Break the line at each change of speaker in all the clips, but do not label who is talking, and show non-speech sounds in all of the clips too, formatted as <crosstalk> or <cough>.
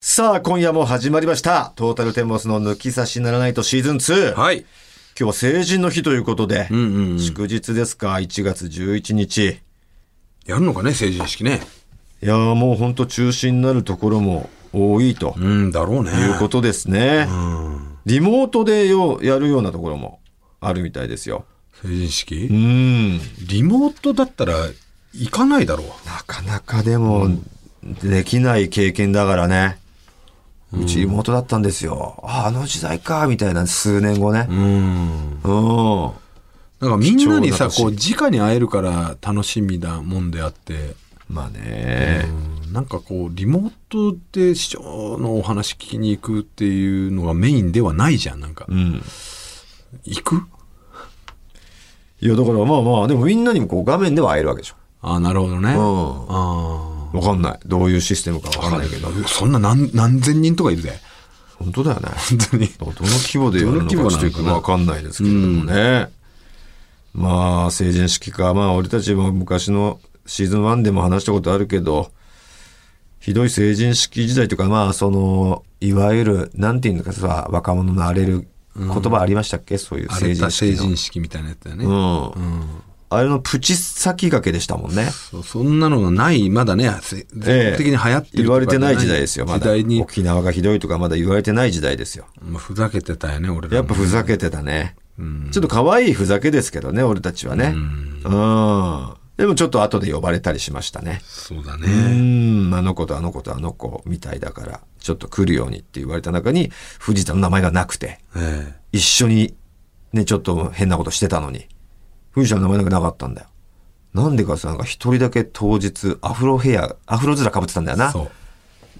さあ、今夜も始まりました。トータルテンボスの抜き差しならないとシーズン2。今
はい。
日は成人の日ということで、
うんうんうん
祝日ですか、1月11日。
やるのかね、成人式ね。
いやーもう本当中止になるところも多いと
うん、だろうね。
いうことですね。リモートでよやるようなところもあるみたいですよ。
成人式、
うん。
リモートだったら行かないだろう。
なかなかでも、できない経験だからね。うち妹だったんですよ。あ、あの時代か、みたいな、数年後ね。
うん。
うん。
なんかみんなにさ、
貴重な
こう、直に会えるから楽しみだもんであって、
まあね。
うんなんかこう、リモートで市長のお話聞きに行くっていうのがメインではないじゃん、なんか
う。ん。
行く
いや、だからまあまあ、でもみんなにもこう画面では会えるわけでしょ。
ああ、なるほどね。
うん
あ
わかんない。どういうシステムかわかんないけど。
あ。そんな何何千人とかいるぜ。
本当だよね。
本当に。
どの規模でやるのかち
ど
ょ
の
っ
規模なのか
とよくわ
な
かんないですけれどもね。まあ、成人式か。まあ、俺たちも昔のシーズン1でも話したことあるけど、ひどい成人式時代とか、まあ、その、いわゆる、なんていうのかさ、若者の荒れる言葉ありましたっけ、そういう
あ
成
れ
人
だ成
式の。
人式みたいなやつだよね。
うん。
うん
あれのプチ先駆けでしたもんね。
そうそんなのがない、まだね、せ全国的に流行ってるとかじゃ、
言われてない時代ですよ、まだ。
時代に、
沖縄がひどいとかまだ言われてない時代ですよ。
まあふざけてたよね、俺らも。
やっぱふざけてたね。ちょっと可愛いふざけですけどね、俺たちはね。うん。でもちょっと後で呼ばれたりしましたね。
そうだ
う
ね。
ん、あの子とあの子とあの子みたいだから、ちょっと来るようにって言われた中に、藤田の名前がなくて、
え
一緒にね、ちょっと変なことしてたのに、藤田の名前なんかなかったんだよ。なんでかさ、なんか一人だけ当日アフロヘア、アフロ面かぶってたんだよ
え
な。
そう。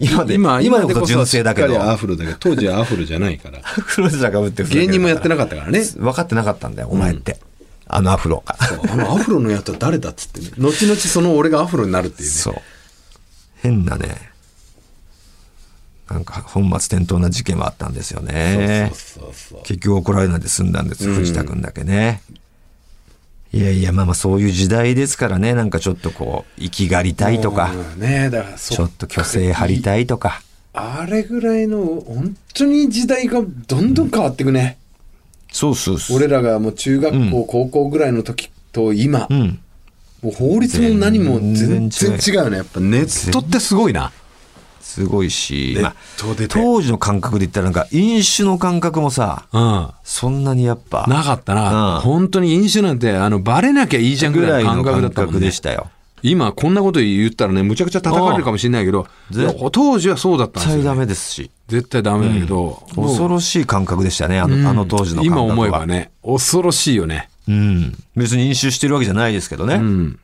今で、今今でこそ純正だけ
しっ
ど、
かり
ア
アフロだけど、当時はアフロじゃな
<laughs>
いから。
フロ面かぶってふざけ
芸人もや
た
ってなかったからね。
分かってなかったんだよ、お前って。あのアフロが。
あのアフロのやつは誰だっつってね。後々その俺がアフロになるっていう
<laughs>
ね。
そう。変なね、なんか本末転倒な事件もあったんですよね。
そうそう
結局怒られないで済んだんです、藤田君だけね。いやいや、まあまあそういう時代ですからね、なんかちょっとこう、生きがりたいとか、
うんねだから
ちょ
そ
っと虚勢張りたいとか、
あれぐらいの、本当に時代がどんどん変わってくね。
そうそうそう。
俺らがもう中学校、高校ぐらいの時と今。
うん。
もう法律も何も全然違うよね。やっぱネットってすごいな。
すごいし、
ネ
まあ
ットでて
当時の感覚で言ったらなんか飲酒の感覚もさ、
うん。
そんなにやっぱ、
なかった
うん
な。本当に飲酒なんて、あの、バレなきゃいいじゃんぐ
ぐ
ら
ら
い
い
の
の
感覚だっ
感
たもん
覚で
ね。
したよ。
今、こんなこと言ったらね、むちゃくちゃ叩かれるかもしれないけど、
うん
で当時はそうだったん
絶
です
対
よ。
ダメですし。
絶対ダメだけど、もう
恐ろしい感覚でしたね、あの,、あの当時の感
今
覚は。
思えばね、恐ろしいよね。
うん。別に飲酒してるわけじゃないですけどね。
うん。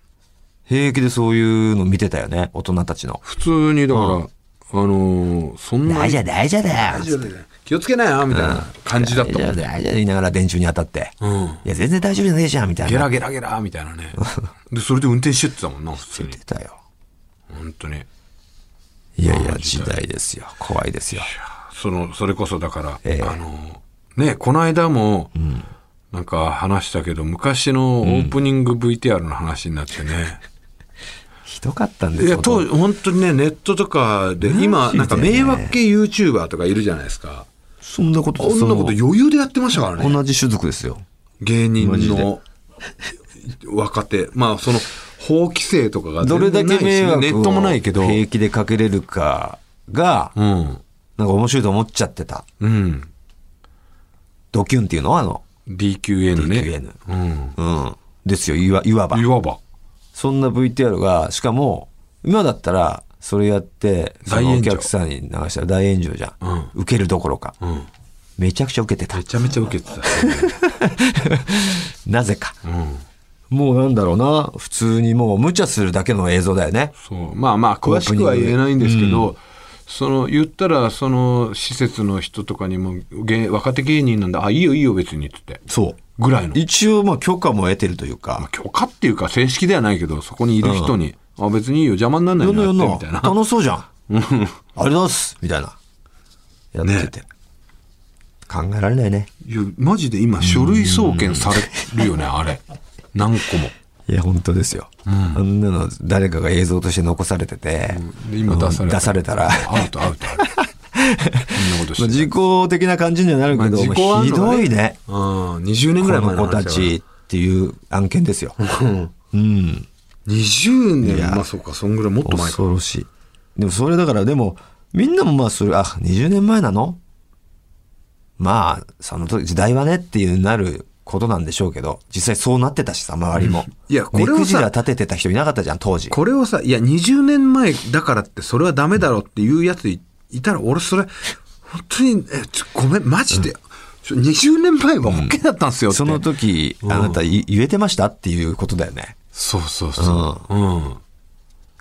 平気でそういうの見てたよね、大人たちの。
普通に、だから、あのー、そんな
大。丈夫、大丈夫だよ。
大丈夫だよ気をつけなよ、みたいな感じだった
大丈
も
夫
ん。
だよ、大丈夫言いながら電柱に当たって。
うん。
いや、全然大丈夫じゃねえじゃん、みたい
ゲ
な。
ラゲラゲラみたいな
<laughs>
ね。で、それで運転してってたもんな、普通に
言っ。てたよ。
本当に。
いやいや、時代ですよ。怖いですよ。
その、それこそだから、
ええ
あの、ね、この間も、なんか話したけど、昔のオープニング VTR の話になってね。
ひどかった <laughs> んで
い
す
や、
よ。
当時、本当にね、ネットとかで、今、なんか迷惑系 YouTuber とかいるじゃないですか。
そんなこと
こんなこと
その
余裕でやってましたからね。
同じ種族ですよ。
芸人
マジで
の若手。まあ、その、法規制とかが
どれだけ
全然
迷
ないし
惑
ネ
を
ットもないけど。
平気でかけれるかが、
うん。
なんか面白いと思っちゃってた。
うん。
ドキュンっていうのはあの、
DQN ね。
DQN
うん。
うん。ですよ、いわいわば
い。わば。
そんな VTR が、しかも、今だったら、それやって、そ
大
の
炎
お
上
客さんに流したら大炎上じゃん。受けるどころか。
うん。
めちゃくちゃ受けてた
め。ちゃめちゃ受けてた。
なぜか。
うん。
もうなんだろうな、普通にもう無茶するだけの映像だよね。
<laughs> そう。まあまあ、詳しくは言えないんですけど、その、言ったら、その、施設の人とかにも、芸若手芸人なんだ、あ、いいよいいよ別に、つって。
そう。
ぐらいの。
一応、まあ許可も得てるという
まあ
か、
許可っていうか、正式ではないけど、そこにいる人に、あ、別にいいよ、邪魔にならない
やん
の
な
や
やん
って、
な
みたいな。
楽しそうじゃん。ありがとうございますみたいな。やってて。考えられないね。
<laughs> いや、マジで今、書類送検されるよね、あれ。何個も。
いや、本当ですよ。あんなの誰かが映像として残されてて、
で今出された
うん出されたら、
<laughs> アウト、アウト、アウト。んなことして
まあ
た
時効的な感じにはなるけど、
まあ時効あんのね
ひどいね。
うん、20年
こ
ぐらい前
の
の
子
話だ
たちっていう案件ですよ。うん。
20年
いや
まあそうかそんぐらいもっと前か
恐ろしい。でもそれだから、でも、みんなもまあそれ、あ、20年前なのまあ、その時時代はねっていうなることなんでしょうけど、実際そうなってたしさ、周りも。
いやこれをさ
目くじら立ててた人いなかったじゃん、当時。
これをさいや20年前だからってそれはダメだろっていうやついいたら俺それ本当にえちょごめんマジで、ちょ20年前は OK だったんですよって、
その時、あなたい言えてましたっていうことだよね。
そうそうそううん、い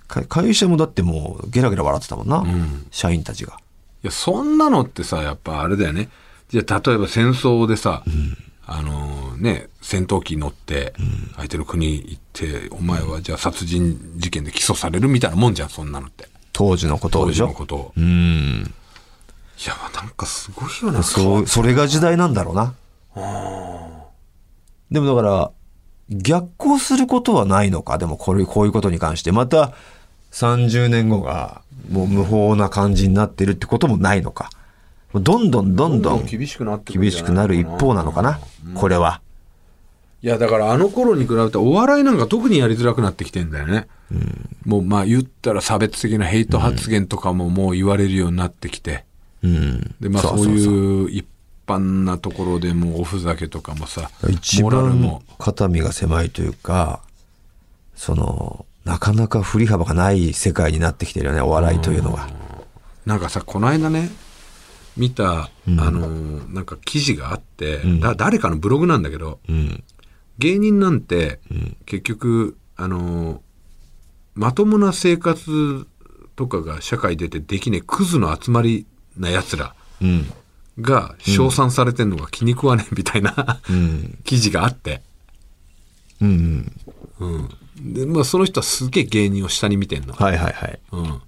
か会社もだってもうゲラゲラ笑ってたもんな、社員たちが。
やそんなのってさやっぱあれだよねじゃあ例えば戦争でさ、あのね戦闘機乗って相手の国行ってお前はじゃあ殺人事件で起訴されるみたいなもんじゃんそんなのって
当時のこと
当
で
時
し
の
ょ
ことを
うん
いやなんかすごいよな
そうそれが時代なんだろうなでもだから逆行することはないのかでもこれこういうことに関してまた30年後がもう無法な感じになってるってこともないのかどんどんどんどん
厳しくなってくん
厳
じ
し
ゃ
くないる一方なのかなこれはい
やだからあの頃に比べてお笑いなんか特にやりづらくなってきてんだよね、もうまあ言ったら差別的なヘイト発言とかももう言われるようになってきて、
うん
でまあそう
う
いう一般なところでもうおふざけとかもさ
一
モラル
番
も
肩身が狭いというかそのなかなか振り幅がない世界になってきてるよねお笑いというのが
なんかさこの間ね見た、あのーなんか記事があって、だ誰かのブログなんだけど、
うん
芸人なんて、結局あのーまともな生活とかが社会出てできねえクズの集まりなやつら
うん
が称賛されてんのが気に食わねえみたいな、
ん
<laughs> 記事があって、
うん
でまあ、その人はすげえ芸人を下に見てんの、
はいはいはい
うん、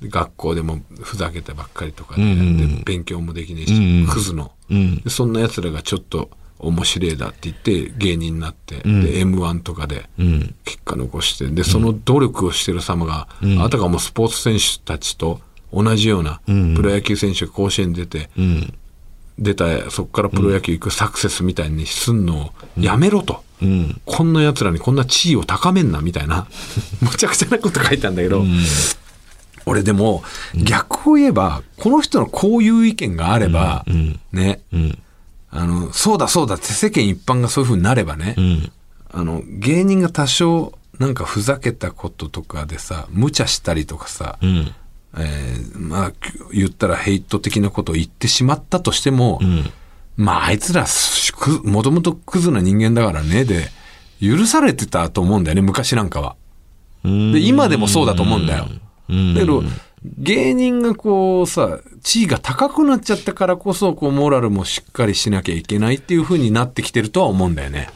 で学校でもふざけてばっかりとかで,、
うんうんうん
で勉強もできねえし、
うんうん
クズの、
うん
でそんなやつらがちょっと面白いだって言って芸人になって、で m 1とかで
うん
結果残してでその努力をしてる様が、あたかもスポーツ選手たちと同じような、
ん
プロ野球選手が甲子園に出て、
うん
出たそこからプロ野球行くサクセスみたいにすんのをやめろと、
うん
こんなやつらにこんな地位を高めんなみた
<laughs>
いなむちゃくちゃなこと書いたんだけど、俺でも逆を言えばこの人のこういう意見があれば、
ん
ね
うん
あのそうだそうだって世間一般がそういうふうになればね、
うん
あの芸人が多少なんかふざけたこととかでさ無茶したりとかさ、
うん
えーまあ言ったらヘイト的なことを言ってしまったとしても、まああいつらすくもともとクズな人間だからねで許されてたと思うんだよね昔なんかは。で今でもそうだと思うんだよ。だけど芸人がこうさ地位が高くなっちゃったからこそこうモラルもしっかりしなきゃいけないっていう風になってきてるとは思うんだよね。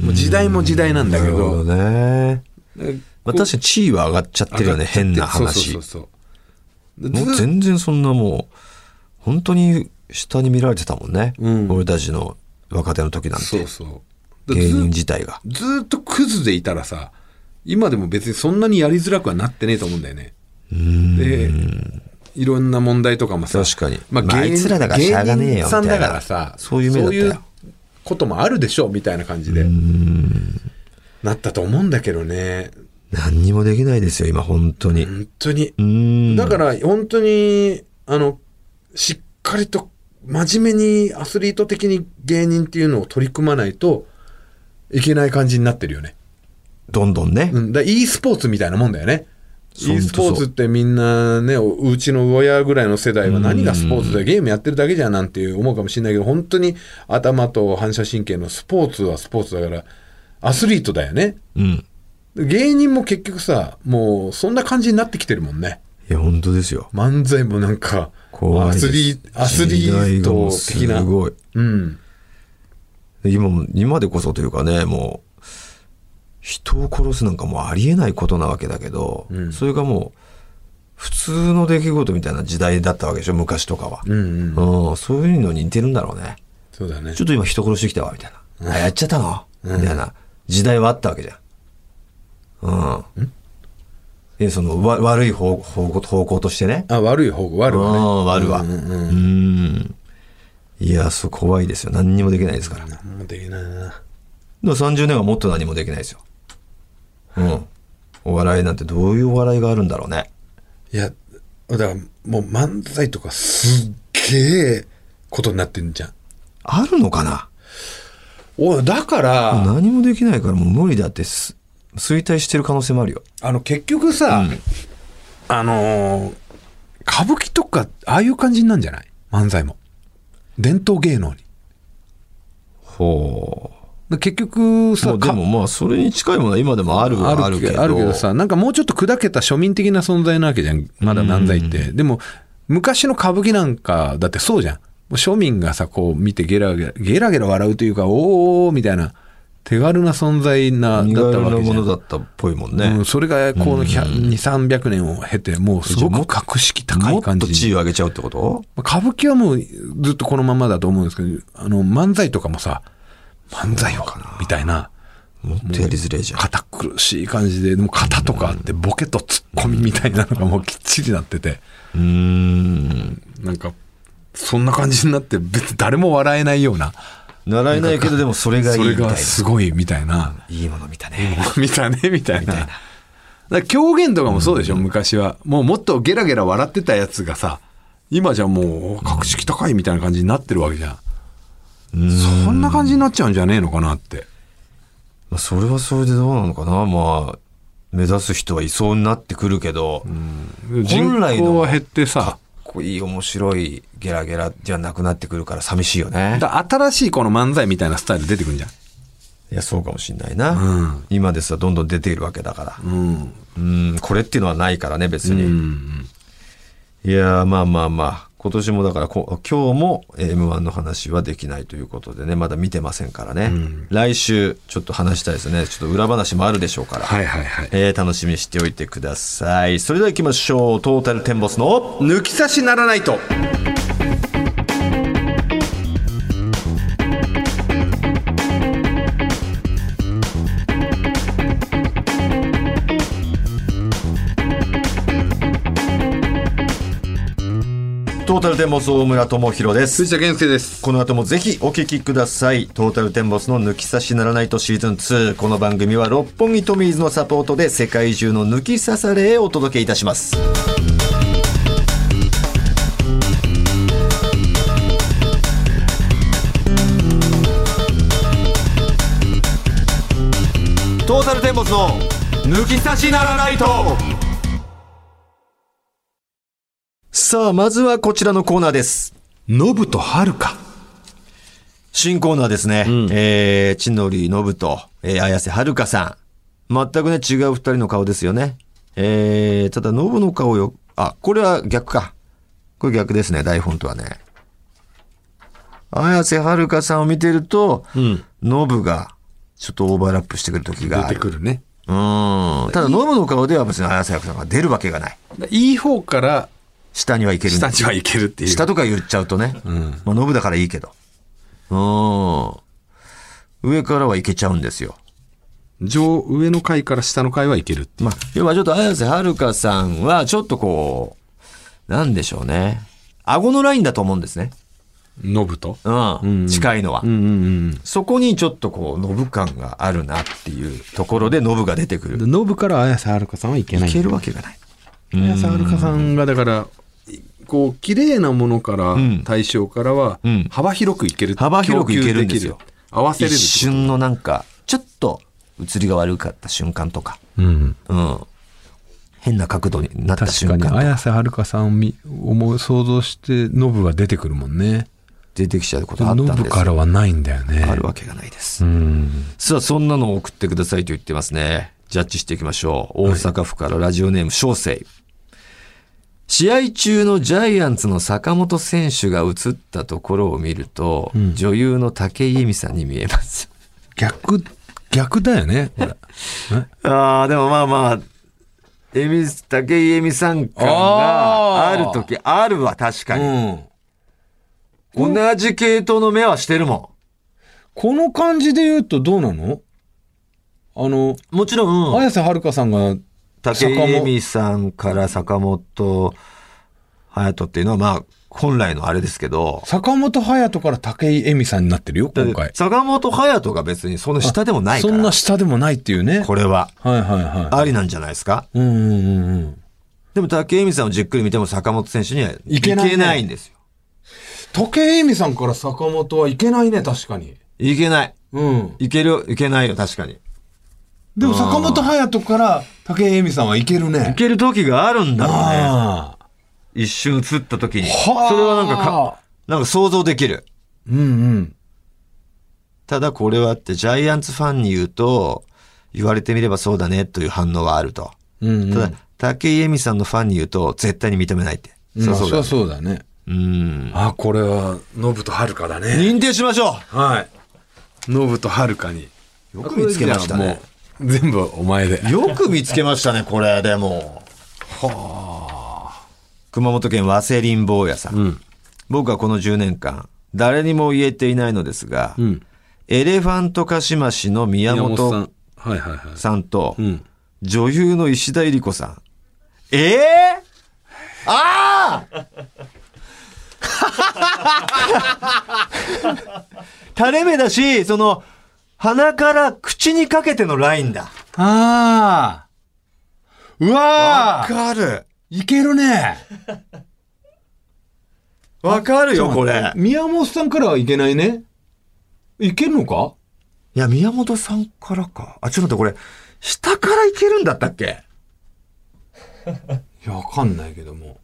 もう時代も時代なんだけ
なるほ
ど。
どねまあ確かに地位は上がっちゃってるよね変な話
そうそうそうそう
もう全然そんなもう本当に下に見られてたもんね、
うん
俺たちの若手の時なん
そう
て
そう。
芸人
ず
自体が
ずーっとクズでいたらさ、今でも別にそんなにやりづらくはなってねえと思うんだよね。で、いろんな問題とかもさ、
確かに
まあ、
まあ
芸人
あいつらだからしゃあがねえよみたい
芸
な
人さんだからさ、
そういう目だったよ
そういうこともあるでしょうみたいな感じで、なったと思うんだけどね。
何にもできないですよ今本当に
本当に。
うん
だから本当にあのしっかりと真面目にアスリート的に芸人っていうのを取り組まないといけない感じになってるよね。
どんどんね、
うん、だから e スポーツみたいなもんだよね。
そう
e スポーツってみんなねおうちの親ぐらいの世代は何がスポーツだよゲームやってるだけじゃんなんていう思うかもしれないけど本当に頭と反射神経のスポーツはスポーツだからアスリートだよね。
うん
芸人も結局さもうそんな感じになってきてるもんね。
いや本当ですよ
漫才もなんか
怖
ア
いです
スリアスリート的
時代が
な
もうすごい
うん
今も今でこそというかねもう人を殺すなんかもうありえないことなわけだけど、
うん
それがもう普通の出来事みたいな時代だったわけでしょ昔とかは、
うんうん
うんそういうのに似てるんだろうね
そうだね
ちょっと今人殺してきたわみたいな、あやっちゃったのみたいな時代はあったわけじゃんうんえそのわ悪い方方向方向としてね。
あ、悪い方向、悪
う
いね。
ん、悪は。うん。いや、そう怖いですよ。何にもできないですから。で
なんもできないな。
も30年はもっと何もできないですよ。うん。お笑いなんてどういうお笑いがあるんだろうね。
いや、だからもう漫才とかすっげえことになってんじゃん。
あるのかな
おだから、
何もできないからもう無理だってす衰退してる可能性もあるよ。
あの結局さ、あのー歌舞伎とかああいう感じになんじゃない漫才も伝統芸能に
ほ
で結局
う。
さ
もうで
か
もまあそれに近いものは今でもあるは
あるけどあるけどさなんかもうちょっと砕けた庶民的な存在なわけじゃんまだ漫才って、でも昔の歌舞伎なんかだってそうじゃんもう庶民がさこう見てゲラゲラゲラゲラ笑うというかおーみたいな手軽な存在な
身
だった
軽
わ
な
けじゃ
も
ん
のだったっぽいもんね。
うん、それがこの200300年を経てもうすごく格式高
もっ
い
と
感じ
地位を上げちゃうってこと
まあ歌舞伎はもうずっとこのままだと思うんですけど、あの、漫才とかもさ、漫才をみたいな、
もっとやりづれえじゃん。
堅苦しい感じで、でも型とかあって、ボケとツッコミみたいなのがもうきっちりなってて、
うーん。
なんか、そんな感じになって、別に誰も笑えないような、
習えないけどでもそれがいい
そ
み
れ
たいな
が。すごいみたいな、 <laughs>
いいもの見たね。
見たね、みたいな。だから狂言とかもそうでしょ、昔は。もうもっとゲラゲラ笑ってたやつがさ、今じゃもう格式高いみたいな感じになってるわけじゃん。そんな感じになっちゃうんじゃねえのかなって。
まあ、それはそれでどうなのかな。まあ、目指す人はいそうになってくるけど、
人
本来の
口は減ってさ、
こういい面白いゲラゲラじゃなくなってくるから寂しいよ
だ
ね。
から新しいこの漫才みたいなスタイル出てくるんじゃん。
いや、そうかもしんないな。
うん
今ですらどんどん出ているわけだから。
うん。
うん、これっていうのはないからね、別に。
うん。
いやー、まあまあまあ。今年もだからこ、今日もえー M1 の話はできないということでね、まだ見てませんからね。来週、ちょっと話したいですね。ちょっと裏話もあるでしょうから。
はいはいはい。
えー楽しみにしておいてください。それでは行きましょう。トータルテンボスの
抜き差しならないと。
トータルテンボス大村智弘です。
藤田健介です。
この後もぜひお聞きください。トータルテンボスの抜き差しならないとシーズン2。この番組は六本木トミーズのサポートで世界中の抜き差されへお届けいたします。トータルテンボスの
抜き差しならないと。
さあ、まずはこちらのコーナーです。
ノブとはるか。
新コーナーですね。えー、千鳥のぶと、えー、綾瀬はるかさん。全くね、違う二人の顔ですよね。えー、ただ、のぶの顔よ、あ、これは逆か。これ逆ですね、台本とはね。綾瀬はるかさんを見てると、ノブが、ちょっとオーバーラップしてくる時があ
出て
る。
くるね。
うん。ただ、ノブの顔では別に綾瀬はるかさんが出るわけがない。
いい方から
下にはいけるんだ
下地はいけるっていう。
下とか言っちゃうとね。まあ、ノブだからいいけど。うん。上からはいけちゃうんですよ。
上、上の階から下の階はいけるっていう。
まあ、要はちょっと綾瀬はるかさんは、ちょっとこう、なんでしょうね。顎のラインだと思うんですね。
ノブと。
うん。近いのは。
うんうん
そこにちょっとこう、ノブ感があるなっていうところでノブが出てく
う
る。
ん。ノブから綾瀬はるかさんはいけない
い。けるわけがない。
綾瀬はるかさんがだから、こう、綺麗なものから、対象からは
ん、
幅広くいける。
幅広くいけるんですよ
供給きる合わせれ
一
る。
瞬のなんか、ちょっと映りが悪かった瞬間とか。
うん。
うん。変な角度になった
確
瞬間
かに、
とか
綾瀬はるかさんを見思う想像して、ノブは出てくるもんね。
出てきちゃうことあった
ノ
んです
ブ
よ
からはないんだよね。
あるわけがないです、
うん。
さあそんなのを送ってくださいと言ってますねジャッジしていきましょう大阪府からラジオネーム小生、試合中のジャイアンツの坂本選手が映ったところを見ると、女優の武井由美さんに見えます
逆、逆だよね、これ。
ああでもまあまあえみ武井恵美さん感
がある
時あるわ確か
うん。
同じ系統の目はしてるも
この感じで言うとどうなのあの、
んもちろん
綾瀬はるかさんが
武井絵美さんから坂本隼人っていうのは、まあ、本来のあれですけど、
坂本隼人から武井絵美さんになってるよ、今
だっ
回
て。坂本隼人が別にその下でもないか
そん
ら
な、下でもないっていうね。
これは
はいはいは
ありなんじゃないですか。
い。うんうんうんうん。
でも武井絵美さんをじっくり見ても坂本選手にはいい
け
け
ないね
ないんですよ。
時計恵美さんから坂本はいけないね、確かに。
いけない。
うん。
いける、いけないよ、確かに。
でも坂本隼人から時計恵美さんはいけるね
い。ける時があるんだろうね。
ああ。
一瞬映った時に。それ
はあ
はなんかか、なんか想像できる。
うんうん。
ただこれはって、ジャイアンツファンに言うと、言われてみればそうだねという反応はあると。
うんうん、
ただ、武井絵美さんのファンに言うと、絶対に認めないって。
ま
そ
あ
うそう
そり
だ
ゃ。そうだね。
うん。
あ、これは、ノブとはるかだね。
認定しましょ
はい。ノブとはるかに。
よく見つけましたね
これじゃあもう全部お前で。
うよく見つけましたね、これ、でも。はあ。熊本県ワセリン坊やさん。
うん。
僕はこの10年間、誰にも言えていないのですが、
うん。
エレファントカシマシの宮
山本さ
本
ん。はいはいはい。
さんと、
うん。
女優の石田ゆり子さん。ええあ
<laughs>
あ垂れ目だし、その、鼻から口にかけてのラインだ。
ああ。う
わ
わあ
かる。
いけるね。
わかるよ、これ。
宮本さんからはいけないね。いけるのか
いや、宮本さんからか。あ、ちょっと待って、これ、下からいけるんだったっけ
いや、わかんないけども。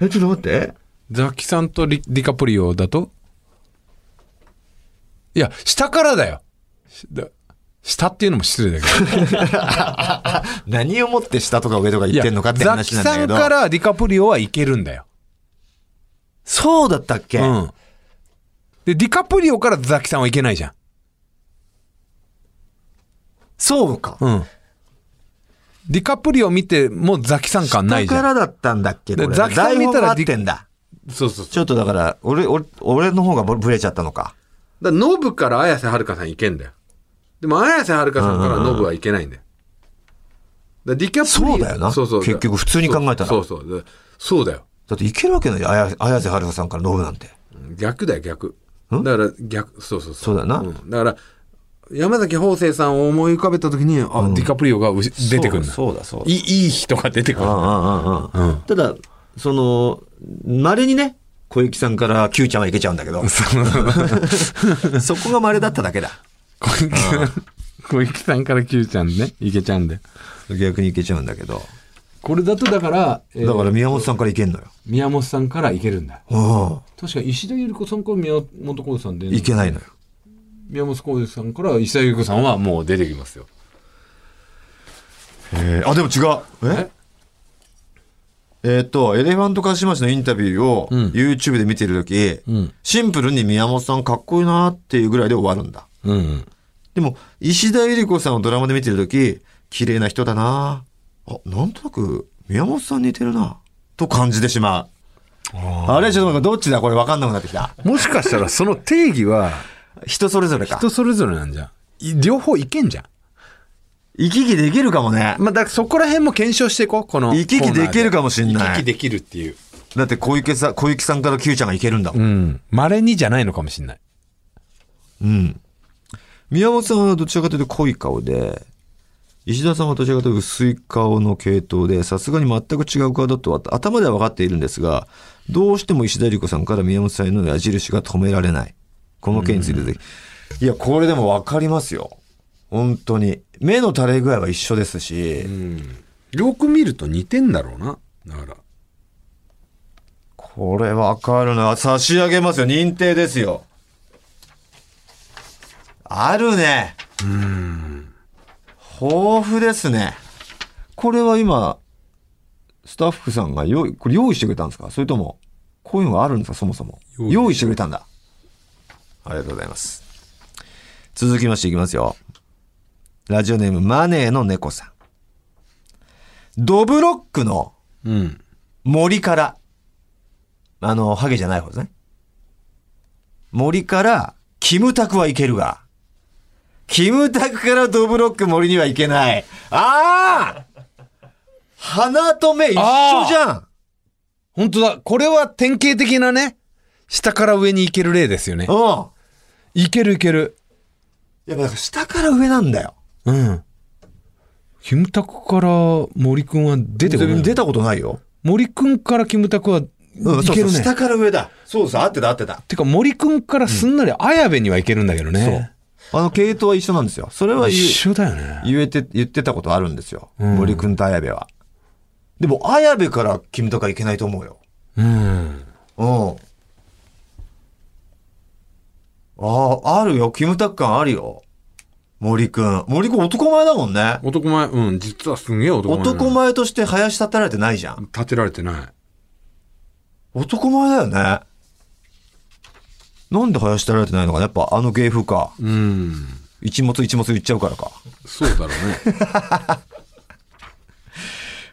え、ちょっと待って。
ザキさんとリディカプリオだといや、下からだよ。しだ下っていうのも失礼だけど。
何をもって下とか上とか <laughs> 言ってんのかって話なんだけど。
ザキさんからディカプリオはいけるんだよ。
そうだったっけ、
うん。で、ディカプリオからザキさんはいけないじゃん。
そうか。
うん。ディカプリオ見てもザキさん感ないじ
下か
ゃん。
らだったんだっけこ
で
れ。
ザキさん見
台
たら
本が合ってんだ。
そうそうそう。
ちょっとだから、俺、俺、俺の方がブレちゃったのか。
だからノブから綾瀬はるかさんいけんだよ。でも綾瀬はるかさんからノブはいけないんだよ。だからディキャプリオ
そうだよな
そうそう
結局普通に考えたら
そうそうそうだそうだよ。
だっていけるわけないよ。綾綾瀬はるかさんからノブなんて。
逆だよ、逆。だから逆、そうそうそ
そう
う。
だよなん
だから、山崎邦生さんを思い浮かべたときに、あ、ディカプリオがうし出てくるんだ。
そうだ、そうだ。
いいい人が出てくる
う。んうんうんうん。ただ、その、稀にね、小雪さんから Q ちゃんはいけちゃうんだ <laughs> けど、そこが稀だっただけだ。
小池 <laughs> さん、小池さんから Q ちゃんね、いけちゃうんで。
逆にいけちゃうんだけど。
これだとだから、えー
だから宮本さんからいけんのよ。
宮本さんからいけるんだ。
う
確か石田ゆり子さんから宮本浩二さんで
ん。いけないのよ。
宮本浩二さんから石田ゆり子さんはもう出てきますよ。
えーあ、でも違う。ええーっと、エレファントカシマシのインタビューを YouTube で見てるとき、
ん
シンプルに宮本さんかっこいいなっていうぐらいで終わるんだ。
うんうん。
でも、石田ゆり子さんをドラマで見てるとき、綺麗な人だなあ、なんとなく宮本さん似てるなと感じてしまう。あれちょっとなんかどっちだこれわかんなくなってきた。
もしかしたらその定義は
人それぞれか。
人それぞれなんじゃん。い両方いけんじゃん。
行き来できるかもね。
まあ、だからそこら辺も検証していこう、この。
行き来できるかもしんない
行き来できるっていう。
だって小池さん、小池さんから Q ちゃんがいけるんだもん。
うん。稀にじゃないのかもしんない。
うん。宮本さんはどちらかというと濃い顔で、石田さんはどちらかというと薄い顔の系統で、さすがに全く違う顔だとは頭では分かっているんですが、どうしても石田ゆり子さんから宮本さんへの矢印が止められない。この件についてぜひ。いや、これでも分かりますよ。本当に。目の垂れ具合は一緒ですし、
うん。よく見ると似てんだろうな。だから。
これ分かるな。差し上げますよ。認定ですよ。あるね。豊富ですね。これは今、スタッフさんが用意、これ用意してくれたんですかそれとも、こういうのがあるんですかそもそも。
用
用
意
意してくれたんだ。ありがとうございます。続きましていきますよ。ラジオネーム、マネーの猫さん。ドブロックの
うん。
森から、あの、ハゲじゃない方ですね。森から、キムタクはいけるが、キムタクからドブロック森にはいけない。ああ鼻と目一緒じゃん
本当だ。これは典型的なね、下から上に行ける例ですよね。
うん。
いけるいける。
やっぱだから下から上なんだよ。
うん。キムタクから森くんは出てこない。
出たことないよ。
森くんからキムタクは
うん、
い
そう
け
そう、
るね。
下から上だ。そうそう、合ってた合ってた。
てか森くんからすんなり綾部にはいけるんだけどね。
あの、系統は一緒なんですよ。それは言
一緒だよね。
言えて、言ってたことあるんですよ。
ん
森くんと綾部は。でも、綾部からキムタクはいけないと思うよ。
うん。
うん。ああ、あるよ。キムタク感あるよ。森くん。森くん男前だもんね。
男前、うん、実はすげえ男前。
男。前として林立てられてないじゃん。
立てられてない。
男前だよね。なんで林立てられてないのかなやっぱあの芸風か。
うん。
一物一物言っちゃうからか。
そうだろうね。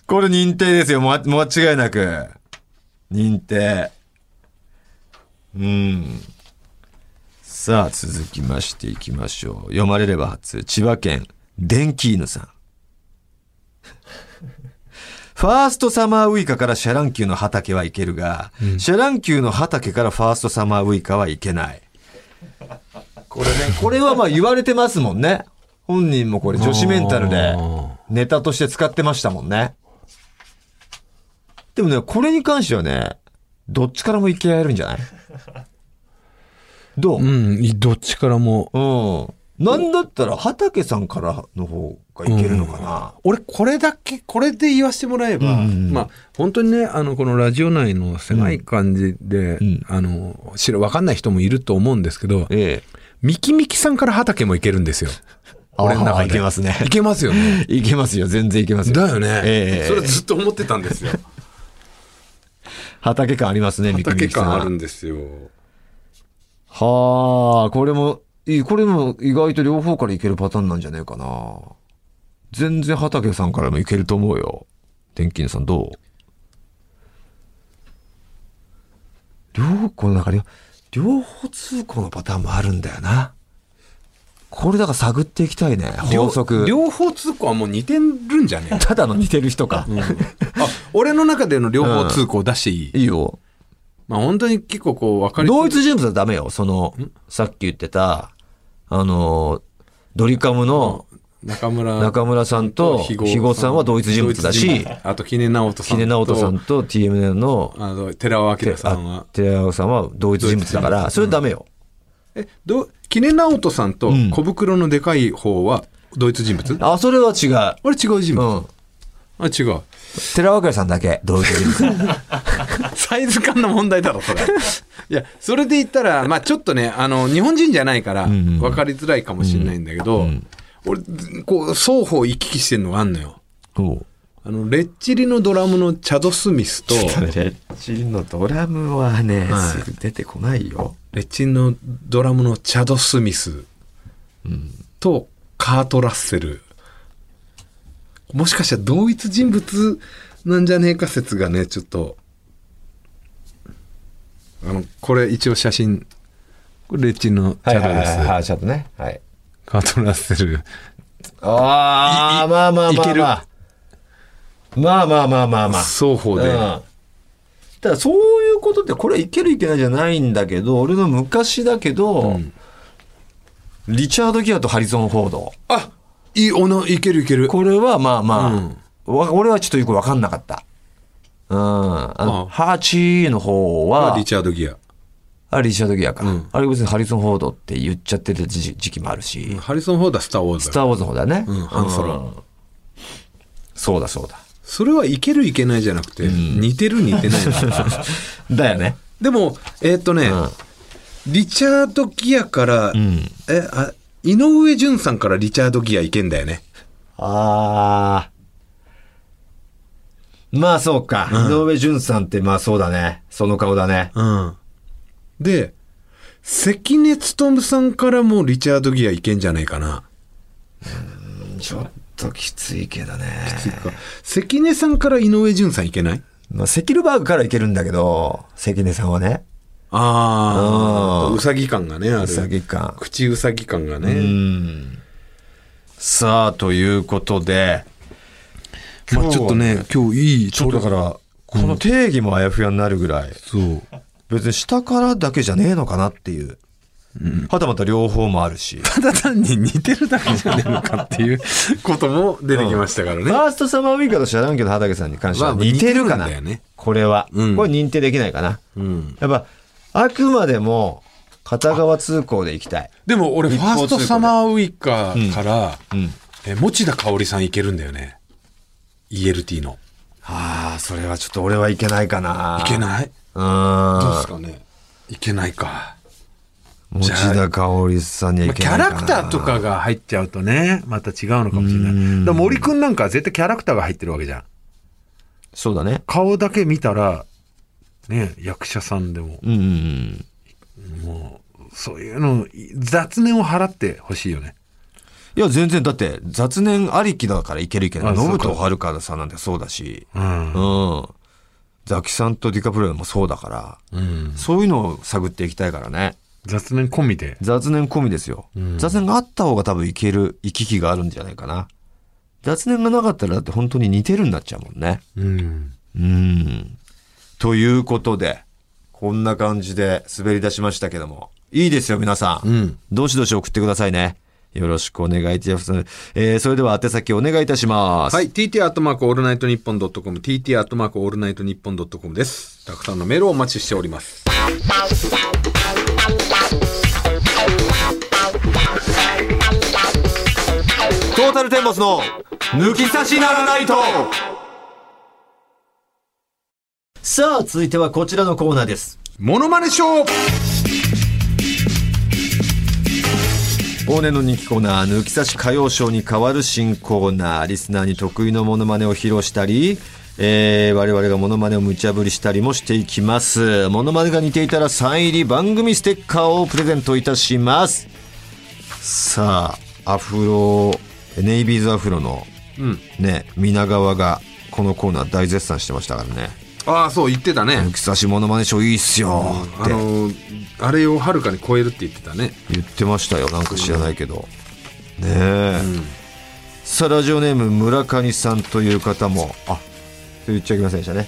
これ認定ですよ。ま、間違いなく。認定。うん。さあ、続きましていきましょう。読まれれば初。千葉県、電気犬さん。 <laughs> ファーストサマーウイカからシャランキューの畑はいけるが、シャランキューの畑からファーストサマーウイカはいけない。これね、これはまあ言われてますもんね。本人もこれ女子メンタルで
あー
ネタとして使ってましたもんね。でもね、これに関してはね、どっちからもいけられるんじゃないどう、
<laughs> うん、いどっちからも。
うん。なんだったら、畑さんからの方がいけるのかな。
俺、これだけ、これで言わせてもらえば、
うんうんうん
まあ、本当にね、あの、このラジオ内の狭い感じで、
ん
あの、知ら、わかんない人もいると思うんですけど、
ええ。
ミキミキさんから畑もいけるんです
<laughs>
よ。俺の中
あー
で。
いけますね。
いけますよね。
いけますよ。全然いけますよ。
だよね。
ええ
それずっと思ってたんですよ。
畑感ありますね、みき
畑
みきさん
感あるんですよ。
はあ、これも、いいこれも意外と両方からいけるパターンなんじゃねえかな。全然畑さんからもいけると思うよ。天金さんどう両方の中に、両方通行のパターンもあるんだよな。これだから探っていきたいね。法則。
両方通行はもう似てるんじゃね
ただの似てる人か。
あ、俺の中での両方通行出していい、
いいよ。
まあ本当に結構こう分かり
同一人物はダメよ。その、さっき言ってた、あの、ドリカムの、
中村
中村さんと
肥
肥後さんは同一人物だし
同一人物あと杵直人さん
秀直人さんと TMN の
あの寺尾明さん
あ
は
寺尾さんは同一人物だか
同一人
ら、それダメよ。
えど杵直人さんと
ん
小袋のでかい方は同一人物、あ
あ、それは違う。
れ違う人
う
物、
ん。
あ違う
寺尾明さんだけ同一人
<laughs>
物。
サイズ感の問題だ
<laughs>
ろそれいやそれで言ったらまあちょっとねあの日本人じゃないから
んうん
分かりづらいかもしれないんだけど、俺こう双方行き来してるのがあんのよ
そう。
あのレッチリのドラムのチャド・スミスと
レッ <laughs> チリのドラムはね、
はい
すぐ出てこないよ。
レッチンのドラムのチャド・スミスとカート・ラッセル、もしかしたら同一人物なんじゃねえか説がねちょっとあのこれ一応写真これレッチンのチャドです、
い、ちゃんとね。はい。
カート・ラッセル
ああ、
い
まあまあまあまあ。
いける
まあまあまあまあまあ。
双方で、
うんただそういうことってこれいけるいけないじゃないんだけど俺の昔だけど、
うん
リチャード・ギアとハリソン・フォード
あいいおないけるいける
これはまあまあ、
うん
わ俺はちょっとよく分かんなかった。うん、あの
ああ
ハーチーの方
あ
は
リ、チャード・ギア
あリチャード・ギアか、
うん
あれ別にハリソン・フォードって言っちゃってた時時期もあるし、
ハリソン・フォーダースター・ウォーズ
ス
だ
ター・ウォーズの方だね。
うんハンソロ
うんそうだそうだ。
それはいけるいけないじゃなくて、似てる似てないなんだ
だよね。
でも、えーっとね、リチャード・ギアから、
ん
えあ、井上淳さんからリチャード・ギアいけんだよね。
あー。まあそうか。井上淳さんってまあそうだね。その顔だね。
うん。で、関根勤さんからもリチャード・ギアいけんじゃないかな。
ちょっときついけどね。
つうか関根さんから井上淳さんいけない
まあ、セキルバーグからいけるんだけど、関根さんはね。あ
ああ、
ー
うさぎ感がね、ある。
うさぎ感。
口うさぎ感が
う
ね。
ん。さあ、ということで、今日は
まあちょっとね、今日いい、
ちょっとだから、この定義もあやふやになるぐらい、
そう。
別に下からだけじゃねえのかなっていう。はたまた両方もあるし。
ただ単に似てるだけじゃねえのかっていうことも出てきましたから
フ
ね。
ァーストサマーウイカと知らんけど、畑さんに関しては
まあ
似てるかな
似てるんだよね。
これは。これ
うん
認定できないかな。
うん。
やっぱ、あくまでも、片側通行で行きたい。
でも俺、フ
一方
ァーストサマーウイカから、
うん。
え、持田香織さんいけるんだよね。ELT の。
ああ、それはちょっと俺はいけないかな。
いけないどうです
う
かね。いけないか。
ん。持田香織さんには
ま
い
あ
け
キ
な
ャ
いかな。
ラクターとかが入っちゃうとね、また違うのかもしれない。だから森くんなんかは絶対キャラクターが入ってるわけじゃん。
そうだね。
顔だけ見たら、ね、役者さんでも、
うんうんうん。
もう、そういうの、雑念を払ってほしいよね。
いや、全然、だって、雑念ありきだからいけるけど、
あそうか
ノブとハルカさんなんてそうだし、
うん
う。ん。ザキさんとディカプロもそうだから、
うん。
そういうのを探っていきたいからね。
雑念込みで。
雑念込みですよ。
うん
雑念があった方が多分いける、行き来があるんじゃないかな。雑念がなかったらだって本当に似てるになっちゃうもんね。
うん。
うん。ということで、こんな感じで滑り出しましたけども。いいですよ、皆さん。
うん
どしどし送ってくださいね。よろしくお願いいたします。えー、それでは宛先お願いいたします。
はい。tt アットマークオールナイトニッポンドットコム、tt アットマークオールナイトニッポンドットコムです。たくさんのメールをお待ちしております。
トータルテンボスの抜き差しならないとさあ、続いてはこちらのコーナーです。
モノマネショー
往年の人気コーナー、抜き差し歌謡ショーに変わる新コーナー、リスナーに得意のモノマネを披露したり、えー、我々がモノマネを無茶ぶりしたりもしていきます。モノマネが似ていたらサイン入り番組ステッカーをプレゼントいたします。さあ、アフロ、ネイビーズアフロの、
うん。
ね、皆川がこのコーナー大絶賛してましたからね。
ああ、そう、言ってたね。
抜き差しモノマネショーいいっすよっ
あ
て
のー、あれをはるかに超えるって言ってたね。
言ってましたよなんか知らないけどねえ、さあラジオネーム村上さんという方もあっ言っちゃいけませんでしたね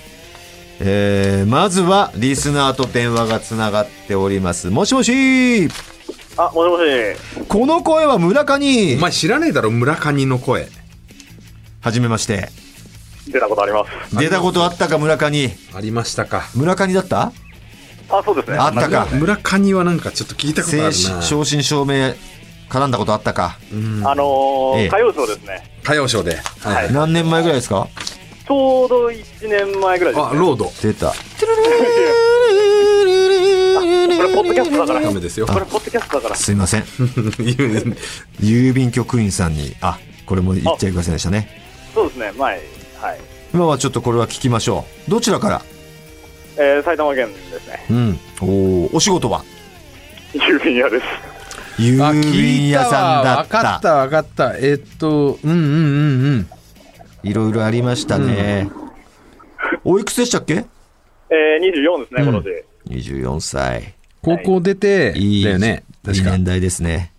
えー、まずはリスナーと電話がつながっておりますもしもし
あ、もしもし。
この声は村上
お前知らねえだろ、村上の声。
はじめまして
出たことあります。
出たことあったか村上
ありましたか。
村上だった
あ、そうですね。
あったか
まあ村上はなんかちょっと聞いたことあ
正
るな。
正真正銘絡んだことあったか
あの
ええ
ー、歌謡ショーですね。
歌謡ショーで。はいはい。
何年前ぐらいですか
ちょうど1年前ぐらいです
あ、
ね。
ロード。
出た
これ、ポッドキャストだから。
ダ
こ
メですよ。 <laughs>
れ、ポッドキャストだから。
すいません郵便局員さんにあこれも言っちゃいけませんでしたね
そうですね、前。はい。
今はちょっとこれは聞きましょうどちらから
えー、埼玉県ですね。
うんおお仕事は
郵便屋です。
郵
あ
便屋さんだっ
聞いわわか
た
ったわかった。えっと、うんうんうんうん。
いろいろありましたね、おいくつでしたっけ
えー、24ですね、今年。
24歳
高校出て、
いい
だよね。
い
確
い
か。
年
で
代ですね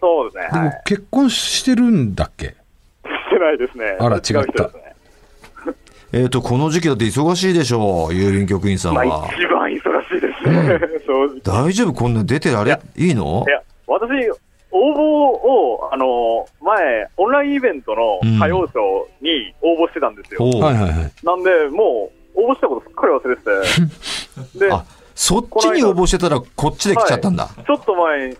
そうですね、は
も
い。
結婚してるんだっけ
してないですね。
あら
違う人
違った
ですね。
えっ、とこの時期だって忙しいでしょう郵便局員さん
まあ、
は
一番忙しいですね。 <laughs> 正直。い
大丈夫こんな出てられいいの
や、私、応募を、あのー、前、オンラインイベントの歌謡ショーに応募してたんですよ。
おう
はいはいはい。
なんで、もう、応募したことすっかり忘
<laughs>
れてて。で、
あそっちに応募してたらこっちで来ちゃったんだ、
ちょっと前に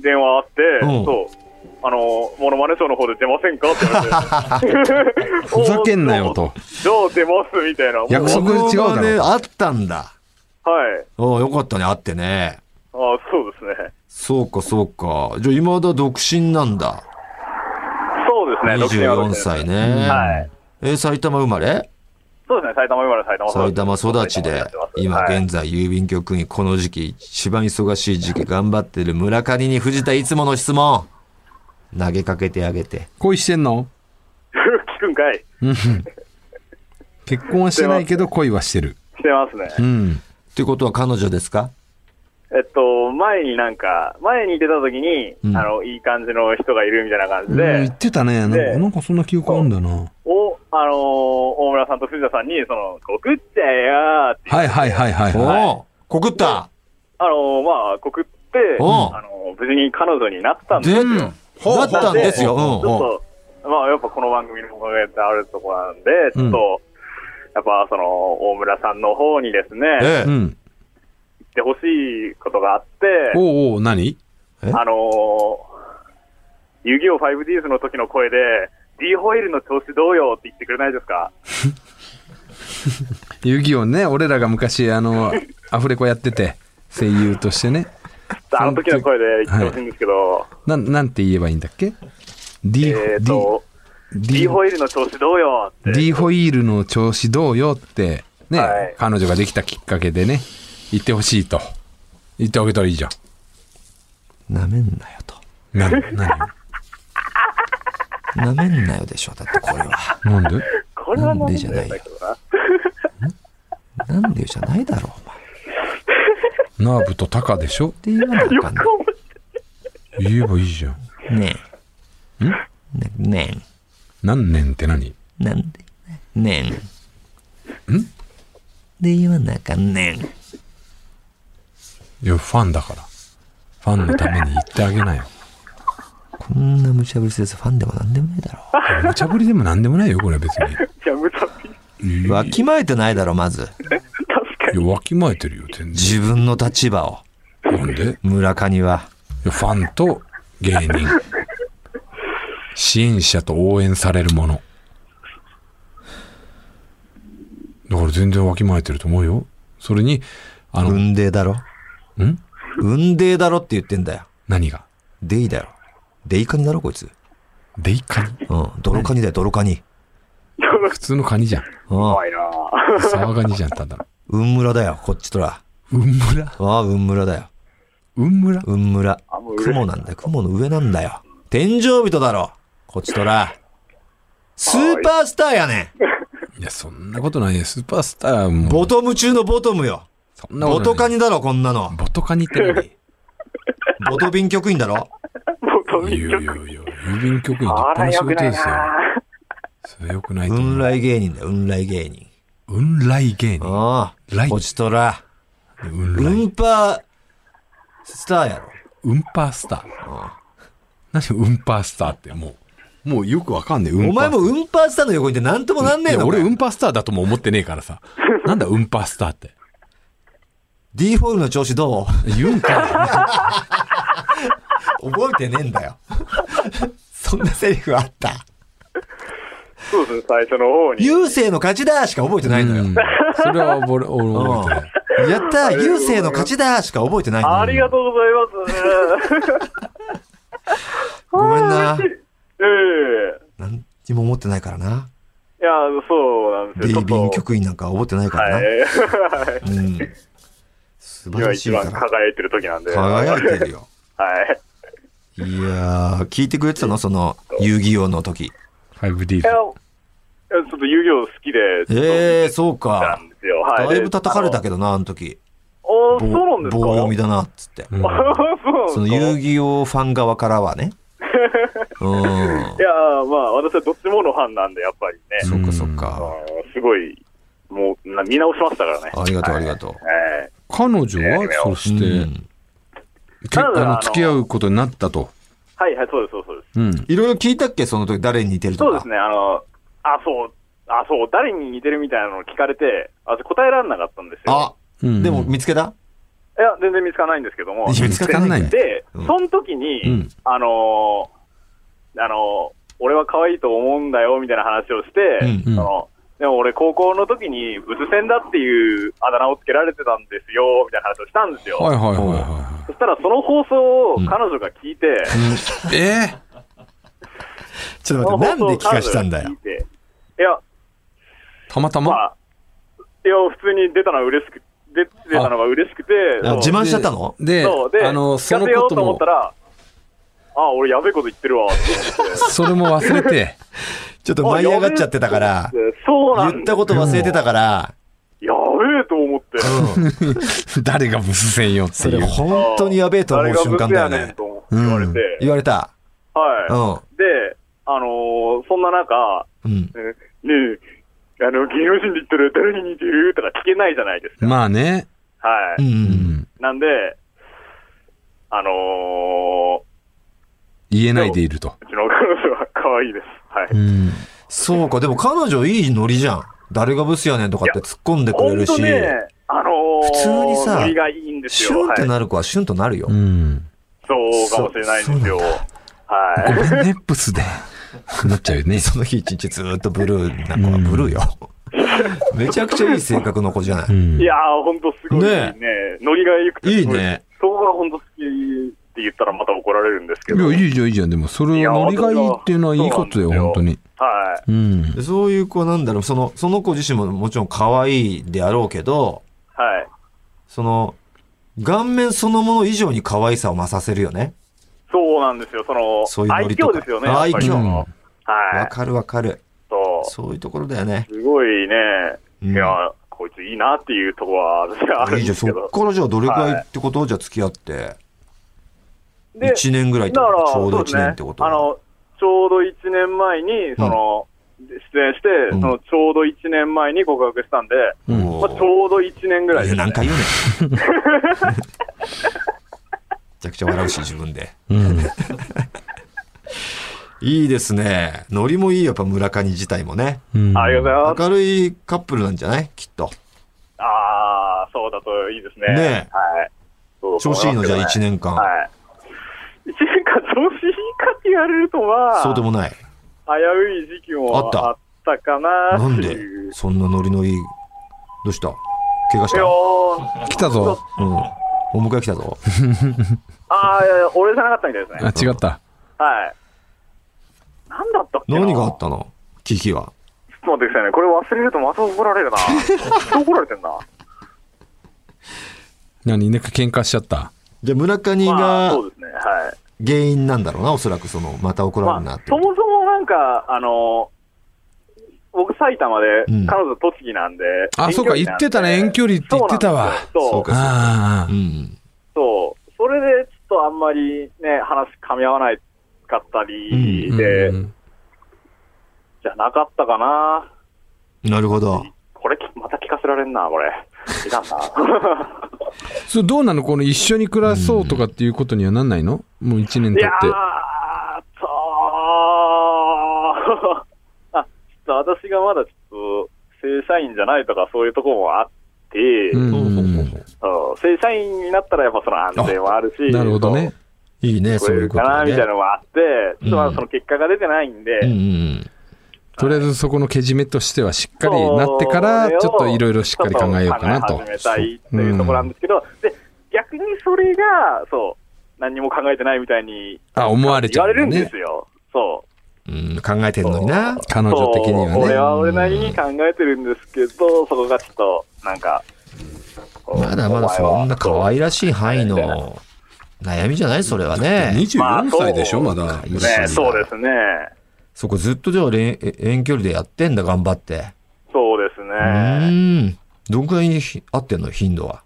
電話あって、
うん
そう。あの、モノマネショーの方で出ませんかって言われて。
<laughs>
ふざけんなよと。
じゃあ出ますみたいな。はい。
約束違うだろ
僕はねあったんだ
あ
おうよかったねあってね
そうですね。
そうか、そうか。じゃあ、今だ独身なんだ。
そうですね。
24
64
歳
ね。
ね。
はい。
えー埼玉生まれ
そうですね。埼玉生まれ、埼玉育
埼玉育ちで
埼玉、育ち
今
はい
現在郵便局員、この時期、一番忙しい時期頑張ってる村上に藤田いつもの質問。投げかけてあげて。
恋してんの
聞くんかい。
結婚はしてないけど恋はしてる。
してますね。
うん。
ってことは彼女ですか
えっと、前になんか、前に出た時に、
うん
あの、いい感じの人がいるみたいな感じ
うん言
で
っ、てたね。なん
で
かなんかそんな記憶あるんだよな。
応あのー大村さんと藤田さんに、その、告っちゃえやーって、
はいはいはいはい
お
はい。
お告った
あのーまあ、告って、あ
おう
のー無事に彼女になったんです
で、う
よ。
んだったんですよ。
ち
うんうん
ょっと、まあ、やっぱこの番組のおかげってあるとこなんで、ちょっと、やっぱその、大村さんの方にですね、言っ
え
う
え。
ん。
てほしいことがあって、
おうおう何
え
あのー、遊戯王 5Ds の時の声で、D ホイールの調子どうよって言ってくれないですか
遊戯王ね、俺らが昔、あの、アフレコやってて、声優としてね。
あの時の声で言ってほしいんですけど、
なん、なんて言えばいいんだっけ ?D、
えっ、と、
D、
D ホイールの調子どうよって、
D ホイールの調子どうよって、ね、
はい
彼女ができたきっかけでね、言ってほしいと。言ってあげたらいいじゃん。
なめんなよと。
な、な
なめんなよでしょ。だってこれは。
に、なんで
これは
な
なんん
で
で
じゃないよ
だけどな。
なんでよじゃないだろう、
ナーブとタカでしょ
お前。って言わなあ
よ
かん
く思って
言えばいいじゃん。
のねえ。
ん
ねね
何年って何
え。なんでねえ。んで言わなあかんねん。
いや、ファンだから。ファンのために言ってあげな
<laughs>
よ。
こんな無茶ぶりせずファンでもなんでもないだろ
無茶ぶりでも何でもないよ、これは別
いや、無駄に
に。
う。
いや
わ、きまえてないだろ、まず。
確かに。
わきまえてるよ、全然。
自分の立場を。
なんでい
村上は。
やファンと芸人。支援者と応援されるもの。だから全然わきまえてると思うよ。それに、あの、
雲泥だろ。
ん
雲泥だろって言ってんだよ。
何が
デイだろ。デイカニだろ、こいつ。
デイカニ
うん。泥カニだよ、泥カニ。
普通のカニじゃん。
うん。
怖いなぁ。
サワガニじゃん、ただの。
雲村だよ、こっちとら。
うんむら
ああ、雲村だよ。
うんむら
雲村
あもう。上
雲なんだよ。雲の上なんだよ。天井人だろ。こっちとら。スーパースターやね
いや、そんなことないよ。スーパースターも。
ん。ボトム中のボトムよ。
そんなこと
ボ
ない
トカニだろ、こんなの。
<laughs> ボトカニって何
ボト便局員だろ。
もうとに
いやいやいや、郵便局員立
あ
派
ら、
な仕
よ
事
くない
ですよ。
なぁ。
それよくないと
雲
思う。
来芸人だよ、雲来芸人。
うんらい芸人。
ああ。
来
こっちとら。
うんらい。
雲パースターやろ。
うんぱースター。何うんぱースターってもう、もうよくわかんねえ。うんぱー
お前も
ス
雲パースターの横にいてなんともなんね
ター
え
い
の
や
か
俺うんぱースターだとも思ってねえからさ。なんだうんぱースターって。
D ホールの調子どう
言うんか
覚えてねえんだよ。そんなセリフあった。
そうですね、最初の方に。
優勢の勝ちだしか覚えてないい
うん
のよ。
それは俺、俺覚えてない。
うんやったー優勢の勝ちだしか覚えてない
あ
の
り
よ。
がとうございます。
<laughs> ごめんな。
<laughs> ええ
何にも思ってないからな。
いや、そうなんです
デイ
よ。
ビン
ちょっ
局員なんか覚えてない
と
か
は
らな。
い。 <laughs>
うん。素晴
今
らし
一
い
番
から。
輝いてる時なんで。
輝いてるよ。
はい。
いやー、聞いてくれてたのその、遊戯王の時。
5D
いや、いやちょっと遊戯王好きで、
ええー、そう
な
か。
んですよ。は
だ
い。
いぶ叩かれた
け
けどな、あの時。
ど。あ、そうなん
棒
ですか
棒読みだな、っつって。
うん
あ <laughs> そ
そうの
なんですか
遊戯王ファン側からはね。うん
い。や、まあ、私はどっちものファンなんで、やっぱりね。
そっかそっ
あ
か。
ーすごい、もう、な見直しましたからね。
ありがとう、あり
が
がとう。
はい。
彼女は、そし
う
て、
ん
け
ただあ
あの
の
付き合うことになったと。
はい、はい、そうです、そうですそうで
う
す。
ん。
いろいろ聞いたっけその時誰に似てると
そう
か。
ですね、あの、あ、そう、あ、そう、誰に似てるみたいなのを聞かれて、あ答えられなかったんですよ。
あ、
うん
でも見つけた
いや、全然見つからないんですけども
い。や見つかんないね
で、
うん
その時に、
うん
あのーあのー俺は可愛いと思うんだよ、みたいな話をして、
うん
あのでも俺高校の時に、ブス戦だっていうあだ名をつけられてたんですよ、みたいな話をしたんですよ。
はいはいはいはいは
そしたらその放送を彼女が聞いて、
い。えー
ちょっ
その
と
放
待
送
って、なんで聞かしたんだ
を彼女が聞
よ
い。ていや、
たまた
ま
ま
あ、いや、普通に出たのは嬉しく、出てたのが嬉しくて、
あ
そう
自慢しちゃったの
で、
そうで、
あの、
聞
そ
か
の
せよ
こ
う
と
と思っ
も
た、ら、あ、俺やべえこと言ってるわ、って言って。
それも忘れて、 <laughs>
ちょっと舞い上がっちゃってたから、
そうなん
言ったこと忘れてたから、
やべえと思って。
<laughs> 誰がブス専用って
そ
い
れ
う。
本当にやべえと思う瞬間だよ
誰がブスやねん
ね。
と
う
言われ
ん
て。
言われた。
は
う
い。で、あのーそんな中、
ん。うん。
えねえ、あの、芸能人で言ったら誰に似てるとか聞けないじゃないですか。
まあね。
は
う。
い。
うんん。
なんで、あのー、
言えないでいると。
うちの彼女は可愛いです。はい。
うん。
そうか、でも彼女いいノリじゃん。誰がブスやねんとかって突っ込んでく
ほ
れ
ん
る
と
し、
ね、あのー、
普通にさ
ノリがいいんです
シ
よ。
ュンって
はい、
なる子はシュンとなるよ
う。ん。
そうかもしれないんですよ。
そ
ご
は
めんね、ブスで。なっちゃうよ
<laughs>
ね。
その日一日ずーっとブルーな子はブルーよ。めちゃくちゃいい性格の子じゃない。
ん
い。いやー、ほんとすごいね
ね。
ノリが良くて
い
す
い
ご。
ね。
そこがほんと好きって言ったらまた怒られるんですけ
い
ど。
や、いいじゃん、いいじゃん。でも、それはノリがいいっていうのはいいことだよ、
いや
本当に。
は
うん。
でそういう子なんだろう、その、その子自身ももちろん可愛いであろうけど、
い。はい。
その、顔面そのもの以上に可愛さを増させるよね。
そうなんですよ。その、
そういう
愛
ノリとか
嬌ですよね。やっぱり
愛
う
嬌
ん
は
わ
い。
かるわかる。
そう。
そういうところだよね。
すごいね。
うん
いや、こいついいなっていうとこは私はある
い
ん
いじゃ
で
ん、
す
そ
け
っ
ど。
からじゃあどれくらいってこと、じゃあ付き合って。
で、
1年ぐらいって
だ
こ
から、
とちょうど
そ
1
うです
年
ね
ってこと
あの、ちょうど1年前に、その、出演して、
うん
その、ちょうど1年前に告白したんで、
うん
お
まあ、
ー
ちょうど1年ぐらい
い
で
や、
す
何
ね、
回言うねん。 <laughs> めちゃくちゃ笑うし、自分で。
うん。
いいですね。ノリもいいよ、やっぱ村上自体もね。
うん。
ありがとうございます。
明るいカップルなんじゃないきっと。
ああ、そうだといいですね。
ねえ
はい。そう
調子いいの、じゃあ1年間。
はい。1年間調子いいかって言われるとは、
そうでもない。
危うい時期も
あった
あったかな
な
っ
ん
て
で
いう。、
そんなノリのいい。どうした怪我し
い
た
やー
来たぞ。
うん。お迎え来たぞ。
あーいやいや俺じゃなかったみたいです
あ
ね。、
違った。
はい。なんだったっけな
何があったの危機は。
ちょっと待ってくださいね。これ忘れるとまた怒られ
<laughs>
るな。怒られてんな。
何なんか喧嘩しちゃった。
じゃあ村上
まあ、
が
そうですね。はい。
原因なんだろうな、おそらくその、また怒られる
ま
なっ
あ
て、
そ。もそもなんか、あの僕埼玉で、
うん
彼女栃木なんで。
あ、そうか、言ってたね、遠距離って言ってたわ。
そうなんですよそう
か
ああ
う、ん。
そう。それで、ちょっとあんまりね、話噛み合わないかったり
うん
で、
うん
じゃなかったかな。
なるほど。
これ、また聞かせられんな、これ。
<laughs>
いかんな。
それどうなのこの一緒に暮らそうとかっていうことにはなんないのもう一年
い
経
や
っ
ーっとー <laughs> あ、ちょっと私がまだちょっと、正社員じゃないとかそういうところもあって、
て。うん
ほう
う
ほうほうんほう
そう正社員になったらやっぱその安全もある
うん。
し、
なるほどね。
いいね、
そう
そうい
取れ
う
る
こ
か
と
な、
が
み
ね
たいな。のもあって、ちょっと
う
まだ
ん
その結果が出てないんで、
うんうん
とりあえずそこのけじめとしてはしっかり
そう
なってから、ちょっといろいろしっかり考えようかな
考
と
え。始めたいというところなんですけど、で逆にそれが、そう、何にも考えてないみたいに
あ、思われち
言
ゃ
わ
う
れ
んだ
るんで
ね
す。よ。そう。
うん。うん、考えてんのにな。
彼女的に
そう俺
はね。
は俺なりに考えてるんですけど、そこがちょっと、なんか、こう
まだまだそんな可愛らしい範囲の悩みじゃないそれはね。
まあ
24歳でしょ、まだ。
お前はそうね、そうですね。
そこずっとじゃあれえ遠距離でやってんだ、頑張って。
そうです
う
ね。
ーん。どんくらいに合ってんの頻度は。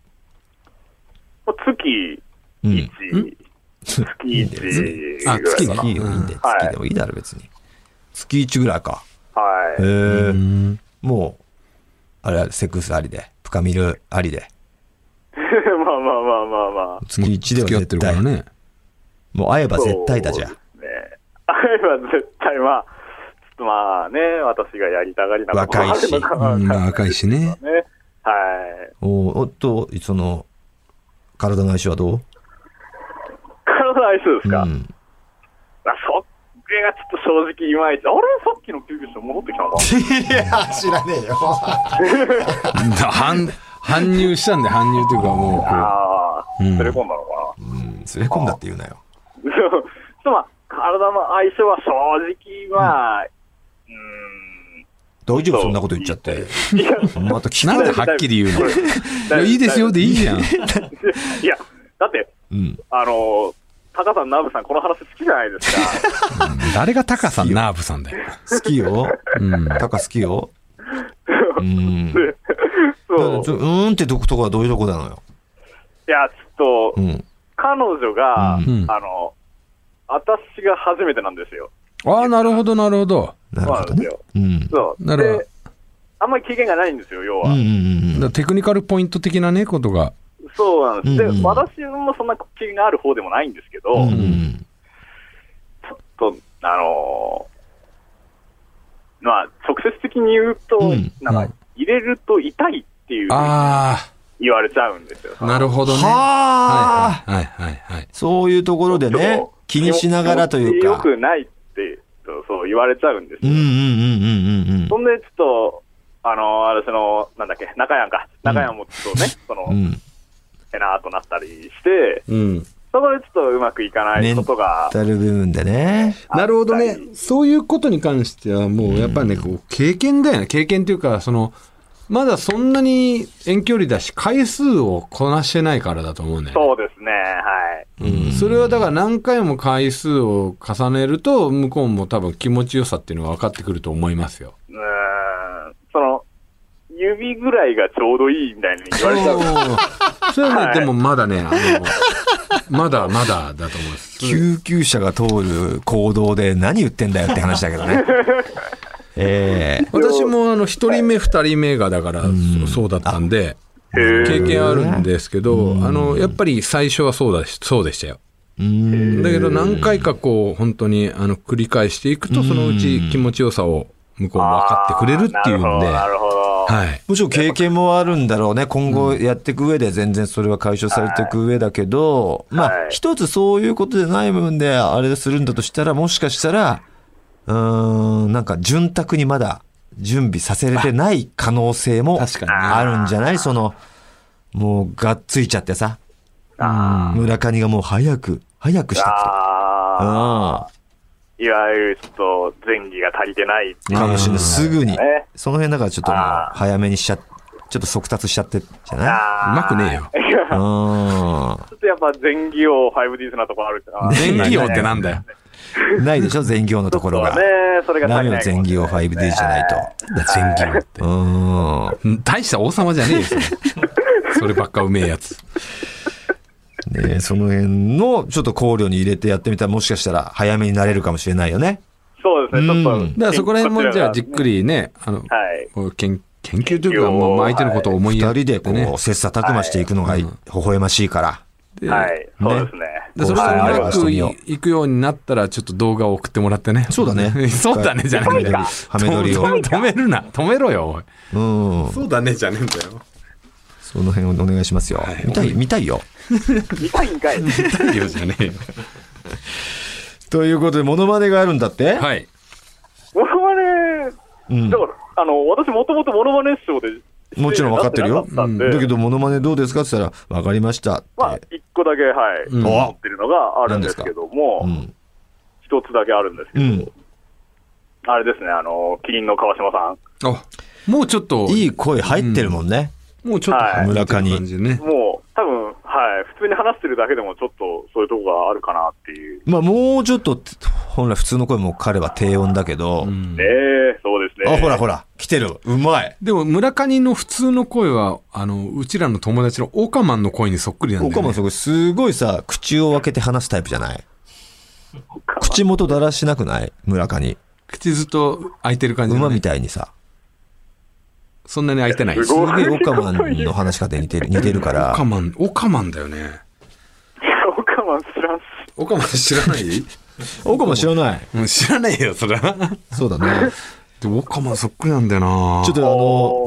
もう月
うん。
1、月1。
あ月
月
ね
よ、いいんで。
はい
月でもいいだろ、別に。月1ぐらいか。
は
へ
い。 <laughs>
う
え。
ん
もう、あれ、セックスありで、深みるありで。
まあまあまあまあまあ。
月1では
付き合って
絶
るか
対
ら。ね。
もう会えば絶対だじゃ
<laughs> そ
ん
う。ですね。あれは絶対、まあ、ちょっとまあね、私がやりたがりなこと
若いし
もあるのかな
うん、まあ赤いし
<laughs>
ね。
ね。はい。
おおっと、その、体の相性はどう
体の相性ですか、
うん。
あそれがちょっと正直いまいち、あれさっきの救急車戻ってきたのか
いや、知らねえよ。
搬搬入したんで、搬入というかもうこう。
ああ、
うん
連れ込ん <laughs> だのか
うん、連れ込んだって言うなよ。
な。ちょっとまあ、体の相性は正直、まあ、うん。
大丈夫そんなこと言っちゃって。
いや、
また聞
なん
く
ではっきり
<laughs>
言うのいや
だ
いいですよでいいじゃん。
いや、だって、
うん。
あの、タカさん、ナブさん、この話好きじゃないですか。
<laughs>
誰がタカさん、ナーブさんだよ。
好きよ。
うん。
タカ好きよ。うん。だから
そう。
ちょうーんってとことこはどういうとこなのよ。
いや、ちょっと、
うん。
彼女が、
うん
あの、私が初めてなんですよ。
ああ、なるほど、なるほど。
なる
そうな
ほ
ん
ど
です
ね。
よ。
うん。
そう。
なるほど
で、あんまり経験がないんですよ、要
うん
は。
うんうん
だからテクニカルポイント的なね、ことが。
そうなんです。で、
うんうん
私もそんな経験がある方でもないんですけど、
うん。うんう
ち
ん
ょっと、あのーまあ、直接的に言うと、
うん
なんか、入れると痛いっていうふうに
あ
言われちゃうんですよ。
あ、なるほどね。
はあ、
はいはいはい。
そういうところでね、気にしながらという
よ
か。
くないって、そう言われちゃうんです
う
よ。
んうんうんうんうんうん
そんで、ちょっと、あのー、私の、なんだっけ、中山か。中山もちょっとね、その、
うん。
えなーとなったりして、
うん。
そこでちょっとうまくいかないことが、
至る部分でね。
なるほどね。そういうことに関しては、もうやっぱりね、こう、経験だよね。経験というか、その、まだそんなに遠距離だし、回数をこなしてないからだと思うんだよね。
そうですね、はい。
うんそれはだから何回も回数を重ねると、向こうも多分気持ちよさっていうのが分かってくると思いますよ。
うーん、その、指ぐらいがちょうどいいみたいに言われちゃう。
それはね、
はい
でもまだね、あの、 <laughs> まだまだだと思います。
救急車が通る行動で何言ってんだよって話だけど
<laughs>
ね。ええ
私もあの、一人目、二人目がだから、そうそうだったんで、
へー
経験あるんですけど、あの、やっぱり最初はそうだし、そうでしたよ。
うん。
だけど何回かこう、本当に、あの、繰り返していくと、そのうち気持ちよさを向こうも分かってくれるっていうんで、
あーな
は
るほど、なるほど。
い。
もちろん経験もあるんだろうね。今後やっていく上で全然それは解消されていく上だけど、まあ
はい、
一つそういうことでない部分であれするんだとしたら、もしかしたら、うーん、なんか潤沢にまだ準備させれてない可能性も
確かにね
あるんじゃないその、もうがっついちゃってさ、村上がもう早く、早くしたくて。
あ
ああ。
ーいわゆるちょっと前技が足りてないっていう
かもしれない。すぐに
ね。。
その辺だからちょっともう
あ
早めにしちゃ、ちょっと速達しちゃってんじゃな
うま
あ
くねえよ。
いうん。
ーちょっとやっぱ前技王 5Ds なとこあるあー
前
電
技
気
王
用ってなんだよ。
ないでしょ前行のところが。
そうね、それが
ラメ
足り
の
ない
前行を 5D じゃないと。
前技用って
う。ーん。
大した王様じゃねえよ。 <laughs> それそればっかうめえやつ。
ねえその辺のちょっと考慮に入れてやってみたらもしかしたら早めになれるかもしれないよね。
そうですね、ちょっと
うん。
だからそこら辺もじゃあじっく
り。
りね、あの、
はい。
こう研研究というか、もう相手のことを思い
二
やっ
人
て
でこ
ね
う、。切磋琢磨していくのがい微笑ましいから。
で
はい。そうですね。
でそれ
は
が
いあ
う
れ
ま
はして
く
みよ
いいくようになったら、ちょっと動画を送ってもらってね。
そうだね
<laughs> そうだね、じゃないんだよ。
ハメ撮りを
止め止めるな、止めろよ、おい。
うん。
そうだね、じゃねえんだよ。
その辺をお願いしますよ。見たい、見たいよ。
見たいんかい。
太陽じゃねえよ。
ということで、モノマネがあるんだって
はい。
モノマネ、だから、あの、私もともとモノマネ師匠で、
もちろんわかってるよ。
な
う
って
ん
なかったんで
だけど、モノマネどうですかって言ったら、わかりましたって。
まあ、一個だけ、はい、
ん
持ってるのがあるんですけども
う、ん。
一、つだけあるんですけ
う
ど、
ん。
あれですね、あの、キリンの川島さん、
あ、もうちょっと、
いい声入ってるもんね。
もうちょっと
はい
入ってる感じね。
もう、多分はい、普通に話してるだけでも、ちょっとそういうとこがあるかなっていう。
まあ、もうちょっと、本来普通の声も彼は低音だけど、
うん
ねえ、そうですね。
あ、ほらほら、来てる。うまい。
でも、村上の普通の声は、あの、うちらの友達のオカマンの声にそっくりなんだ
岡
よ、
本。
ね
さん、すごいさ、口を開けて話すタイプじゃない口元だらしなくない村上。
口ずっと開いてる感じ、
馬み
ね。
たいにさ。
そんなに開いてない。
す
す
ご
げ
い
え岡マンの話し方に似てる似てるか
オカ
ら、
マン、オカマンだよね。
いや、岡マン知らんし。
オカマン知らない
岡マン知らない。
うん知らないよ、それは。
そうだね。
で、オカマンそっくりなんだよな
ちょっと
お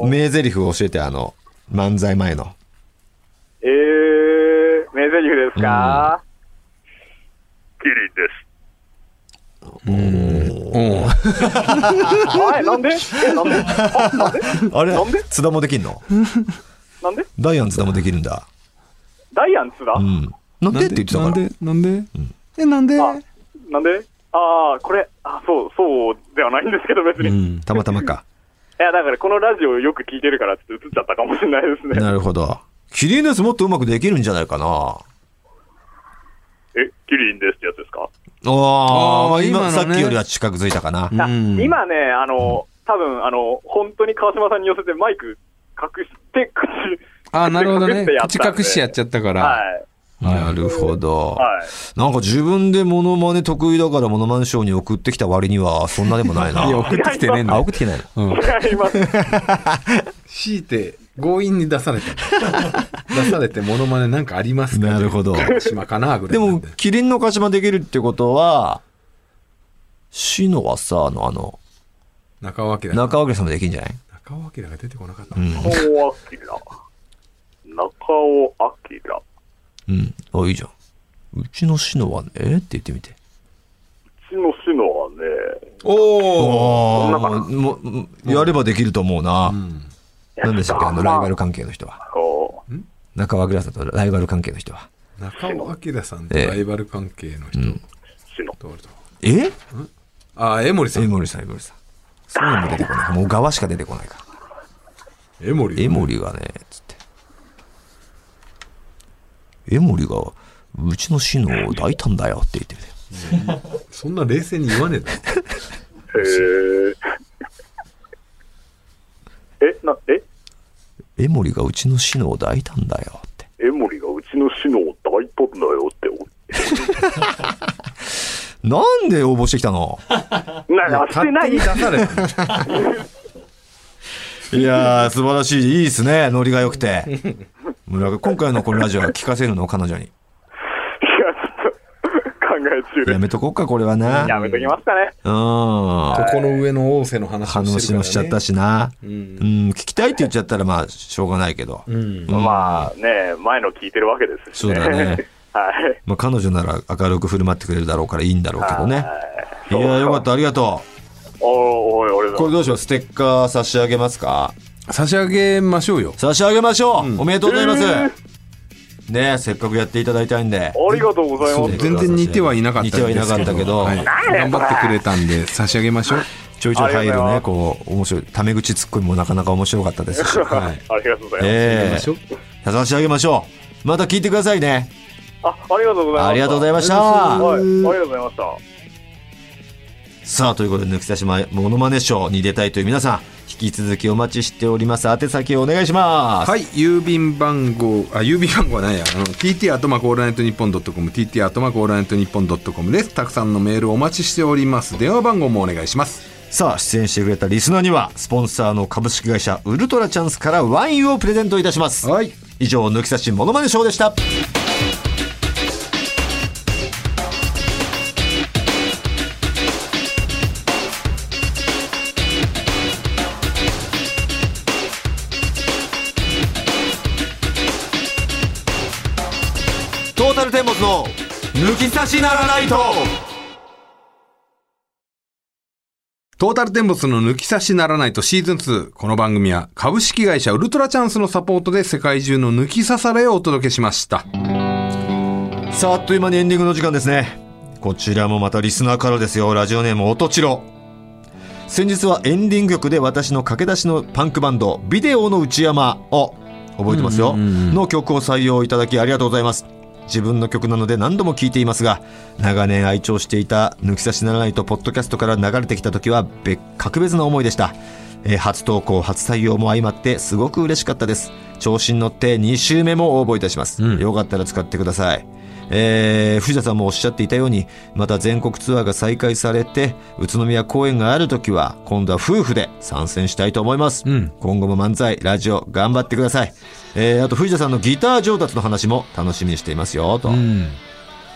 あの、
ー
名台詞を教えて、あの、漫才前の。
えー、名台詞ですか、キリンです。
うん。
あれ、なんでえ、なんであなんで
あれ
なんで
津田もできんの
なんで
ダイアン津田もできるんだ。
ダイアンツだ、
うん。なんでって言ってたから。
なんでなんで、え、なんで
あ、なんでああ、これ、あ、そう、そうではないんですけど、別に。
う
い
ん。
たまたまか。
や、だからこのラジオよく聞いてるから、ちょっと映っちゃったかもしれないですね。
なるほど。キリンのやつもっとうまくできるんじゃないかな。
え、キリンですってやつですか、
あ
あー
あ、まあ今、
今のね
さっきよりは近づいたかな。
うん
あ今ね、あの、多分あの、本当に川島さんに寄せてマイク隠して、口、
あ、なるほど
隠し
ね
てや。ったん
口
で
隠してやっちゃったから。
はい。
なるほど。
はい
なんか自分でモノマネ得意だからモノマネショーに送ってきた割にはそんなでもないな。
<laughs> いや、送ってきてねえんだ
あ、
よ
送。ってきてないの。
うん。
違います。
強いて、強引に出され
<laughs>
た。出されて、モノマネなんかありますか
なるほど
島かなぐら
で
いなん
も
で。、
キリンの鹿島できるってことは、シノはさ、あの、あの、
中尾明。
中尾明さんもできんじゃない
中尾明が出てこなかった。
中尾明。中尾明。
うん。あ、いいじゃん。うちのシノはね、って言ってみて。
うちのシノはね、
おお。
お
そんなかな
ーもうもう、やればできると思うな。何でしたっけあの、ライバル関係の人は。
こう
中尾明さんとライバル関係の人は。
中尾明さんとライバル関係の人
シノ。
とあると。
え
あ、江森さ
江
ん。
森さん、江森さん。そういうのも出てこない。もう側しか出てこないから。
江森。
江。森がね、つって。江森が、うちのシノを抱いたんだよって言ってる。
そんな冷静に言わねえだろ。
へー <laughs> え、な、え
江森がうちのシノを抱いたんだよって。
江森がうちのシノを抱いとんだよって思って。
なんで応募してきたの
な、してない
に出された。
いやー、素晴らしい。いいですね。ノリが良くて。村上今回のこのラジオは聞かせるの彼女に。
いや、ちょっと、考え中で
や
す。
めとこうか、これはな。
やめときますかね。
うん。
ここの上の大瀬の話を
話
してるからね
もしちゃったしな。うん、聞きたいって言っちゃったら、まあ、しょうがないけど。
うん。
まあね、前の聞いてるわけですし
そうだね。
はい。
まあ、彼女なら明るく振る舞ってくれるだろうからいいんだろうけどね。い
い
や、よかった、ありがと
おおい、俺
う。
だ
こ。れどうしよう、ステッカー差し上げますか
差し上げましょうよ。
差し上げましょう、おめでとうございます、ねえ、せっかくやっていただいたいんで。
ありがとうございます。
全然似てはいなかったんですけど。
似てはいなかったけど
はい頑張ってくれたんで、差し上げましょう。
ちょいちょい入るね、
ありがと
こう、面白い。タメ口ツッコミもなかなか面白かったですし。
はい。
<laughs> ありがとうございます。
ええ
しょう
差し上げましょう。また聞いてくださいね。
あ、ありがとうございます。
ありがとうございまし
す
た。
はい、ありがとうございました。
さあ、ということで、抜き差しまものまねショーに出たいという皆さん、引き続きお待ちしております。宛先をお願いします。
はい、郵便番号、あ、郵便番号はないや、あの、tt アトマールナイトニッポンドットコム、tt アトマールナイトニッポンドットコムです。たくさんのメールお待ちしております。電話番号もお願いします。
さあ、出演してくれたリスナーには、スポンサーの株式会社ウルトラチャンスからワインをプレゼントいたします。
はい。
以上、抜き差しものまねショーでした。トータルテンボスの抜き差しならないと
トータルテンボスの抜き差しならないとシーズン2。この番組は株式会社ウルトラチャンスのサポートで世界中の抜き差されをお届けしました。
さあ、あっという間にエンディングの時間ですね。こちらもまたリスナーからですよ。ラジオネーム、おとちろ。先日はエンディング曲で私の駆け出しのパンクバンド、ビデオの内山を、覚えてますよ、の曲を採用いただきありがとうございます。自分の曲なので何度も聴いていますが、長年愛聴していた抜き差しならないとポッドキャストから流れてきた時は別格別な思いでした。えー初投稿、初採用も相まってすごく嬉しかったです。調子に乗って2週目も応募いたします。よかったら使ってください。えー藤田さんもおっしゃっていたように、また全国ツアーが再開されて、宇都宮公演があるときは、今度は夫婦で参戦したいと思います。今後も漫才、ラジオ、頑張ってください。えーあと藤田さんのギター上達の話も楽しみにしていますよ、と。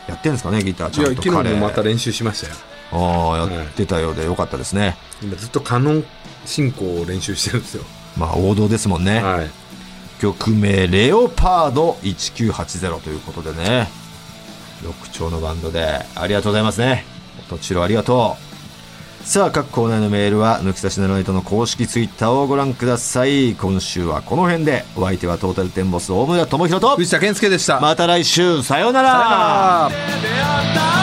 やってんですかね、ギター
い
ち
や、
ゃんと
昨日も
彼。
また練習しましたよ。
ああ、やってたようでよかったですね。
今ずっとカノン進行を練習してるんですよ。
まあ、王道ですもんね。
はい。
曲名「レオパード1980」ということでねロック調のバンドでありがとうございますねとちろありがとうさあ各コーナーのメールは抜き差しならないとの公式ツイッターをご覧ください今週はこの辺でお相手はトータルテンボス大村智広と
藤田健介でした。
また来週さようなら
さよなら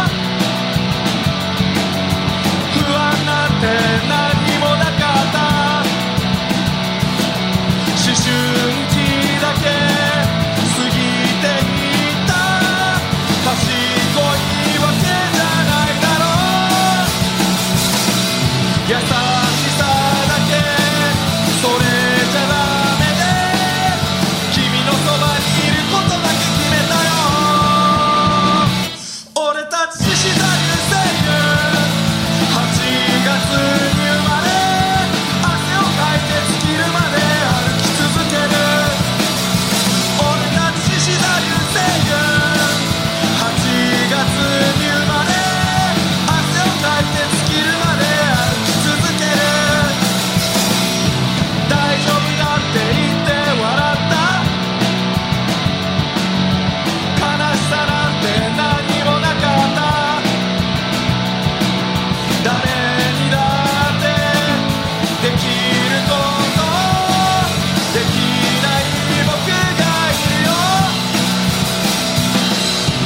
君のそばにいることだけ決めたよ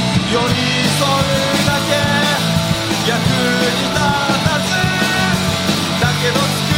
だけ役に立たずだけど